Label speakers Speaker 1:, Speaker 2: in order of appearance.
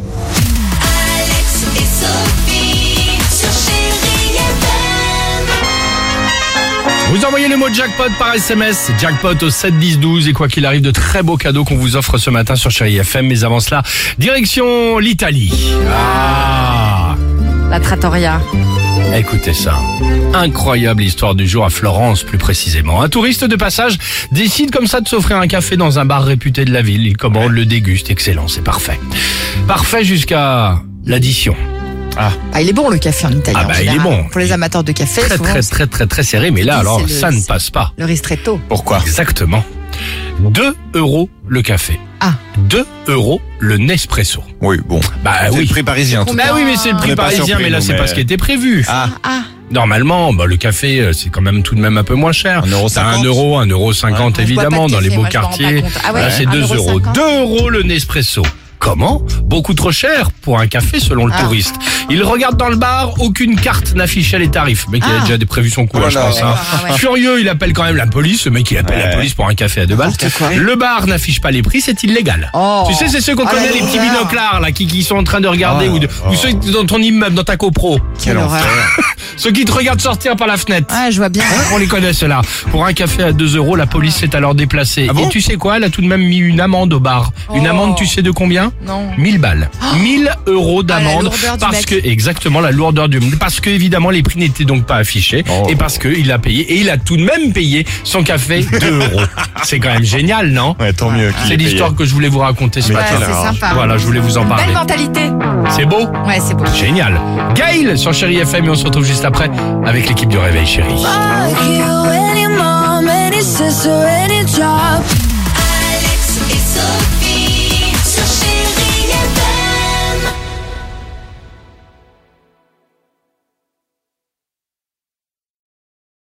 Speaker 1: Alex et Sophie sur Chérie FM.
Speaker 2: Vous envoyez le mot jackpot par SMS, jackpot au 7 10 12 et quoi qu'il arrive de très beaux cadeaux qu'on vous offre ce matin sur Chéri FM. Mais avant cela, direction l'Italie. Ah
Speaker 3: La trattoria.
Speaker 2: Écoutez ça. Incroyable histoire du jour à Florence plus précisément. Un touriste de passage décide comme ça de s'offrir un café dans un bar réputé de la ville. Il commande, le déguste, excellent, c'est parfait. Parfait jusqu'à l'addition.
Speaker 3: Ah, il est bon le café en Italie.
Speaker 2: Ah,
Speaker 3: en
Speaker 2: bah,
Speaker 3: général.
Speaker 2: il est bon.
Speaker 3: Pour les amateurs de café,
Speaker 2: Très
Speaker 3: souvent,
Speaker 2: très très très très serré, mais là
Speaker 3: Oui,
Speaker 2: alors
Speaker 3: c'est le-
Speaker 2: ça ne
Speaker 3: c'est-
Speaker 2: passe pas.
Speaker 3: le ristretto.
Speaker 4: Pourquoi
Speaker 2: Exactement. 2 euros le café.
Speaker 3: Ah.
Speaker 2: 2 euros le Nespresso.
Speaker 4: Ah Oui, bon.
Speaker 2: Bah
Speaker 4: C'est
Speaker 2: oui.
Speaker 4: le prix parisien. en tout
Speaker 2: Bah oui, mais c'est le
Speaker 4: On
Speaker 2: prix
Speaker 4: est pas
Speaker 2: parisien,
Speaker 4: surpris,
Speaker 2: mais là
Speaker 4: nous,
Speaker 2: c'est
Speaker 4: mais-
Speaker 2: pas ce qui était prévu.
Speaker 4: cas. Ah,
Speaker 3: Ah,
Speaker 2: Normalement, bah, le café euh, c'est quand même tout de même un peu moins cher.
Speaker 4: Un euro
Speaker 2: T'as un
Speaker 4: cinquante.
Speaker 2: euro, un euro cinquante
Speaker 3: Ouais. Je bois
Speaker 2: évidemment
Speaker 3: pas de
Speaker 2: dans les
Speaker 3: café,
Speaker 2: beaux
Speaker 3: moi, je me rends pas
Speaker 2: quartiers.
Speaker 3: compte. Ah ouais,
Speaker 2: là c'est
Speaker 3: un
Speaker 2: 2
Speaker 3: euro
Speaker 2: euros.
Speaker 3: cinquante.
Speaker 2: 2 euros le Nespresso. Comment Beaucoup trop cher pour un café selon le
Speaker 3: Ah.
Speaker 2: touriste. Il regarde dans le bar, aucune carte n'affichait les tarifs. Le mec il a
Speaker 3: Ah.
Speaker 2: déjà prévu son coup,
Speaker 4: Oh
Speaker 2: là, je
Speaker 4: là.
Speaker 2: pense. hein.
Speaker 3: Ah ouais.
Speaker 2: Furieux, il appelle quand même la police. Ce mec, il appelle la
Speaker 4: Ouais.
Speaker 2: police pour un café à deux balles.
Speaker 3: N'importe quoi.
Speaker 2: Le bar n'affiche pas les prix, c'est illégal.
Speaker 3: Oh.
Speaker 2: Tu sais, c'est ceux qu'on
Speaker 3: Ah,
Speaker 2: connaît,
Speaker 3: la Oh.
Speaker 2: les petits
Speaker 3: lourdeur.
Speaker 2: binoclars, là, qui, qui sont en train de regarder,
Speaker 4: Ah,
Speaker 2: ou, de- ou
Speaker 4: ah.
Speaker 2: ceux qui- dans ton immeuble, dans ta copro.
Speaker 3: quelle horreur.
Speaker 2: Ceux qui te regardent sortir par la fenêtre.
Speaker 3: Ah, je vois bien.
Speaker 2: On les connaît ceux-là. Pour un café à 2 euros, la police s'est alors déplacée.
Speaker 4: Ah bon
Speaker 2: Et tu sais quoi Elle a tout de même mis une amende au bar. Une
Speaker 3: Oh.
Speaker 2: amende, tu sais de combien
Speaker 3: Non.
Speaker 2: 1000 balles. 1000 euros
Speaker 3: Ah, la
Speaker 2: d'amende.
Speaker 3: lourdeur du
Speaker 2: parce
Speaker 3: mec.
Speaker 2: que, exactement, la lourdeur du. Parce que, évidemment, les prix n'étaient donc pas affichés.
Speaker 4: Oh.
Speaker 2: Et parce que il a payé. Et il a tout de même payé son café 2 euros. C'est quand même génial, non?
Speaker 4: Ouais, tant mieux. qu'il
Speaker 2: C'est
Speaker 4: ait payé.
Speaker 2: l'histoire que je voulais vous raconter ce
Speaker 4: Mais
Speaker 3: Ouais,
Speaker 2: matin.
Speaker 4: quelle
Speaker 3: c'est
Speaker 4: horreur.
Speaker 3: sympa.
Speaker 2: Voilà, je voulais vous en parler.
Speaker 3: Belle mentalité.
Speaker 2: C'est beau?
Speaker 3: Ouais, c'est beau.
Speaker 2: Génial. Gail sur Chéri FM et on se retrouve juste après avec l'équipe du Réveil Chéri.
Speaker 1: Fuck you, any mom, any sister, any job.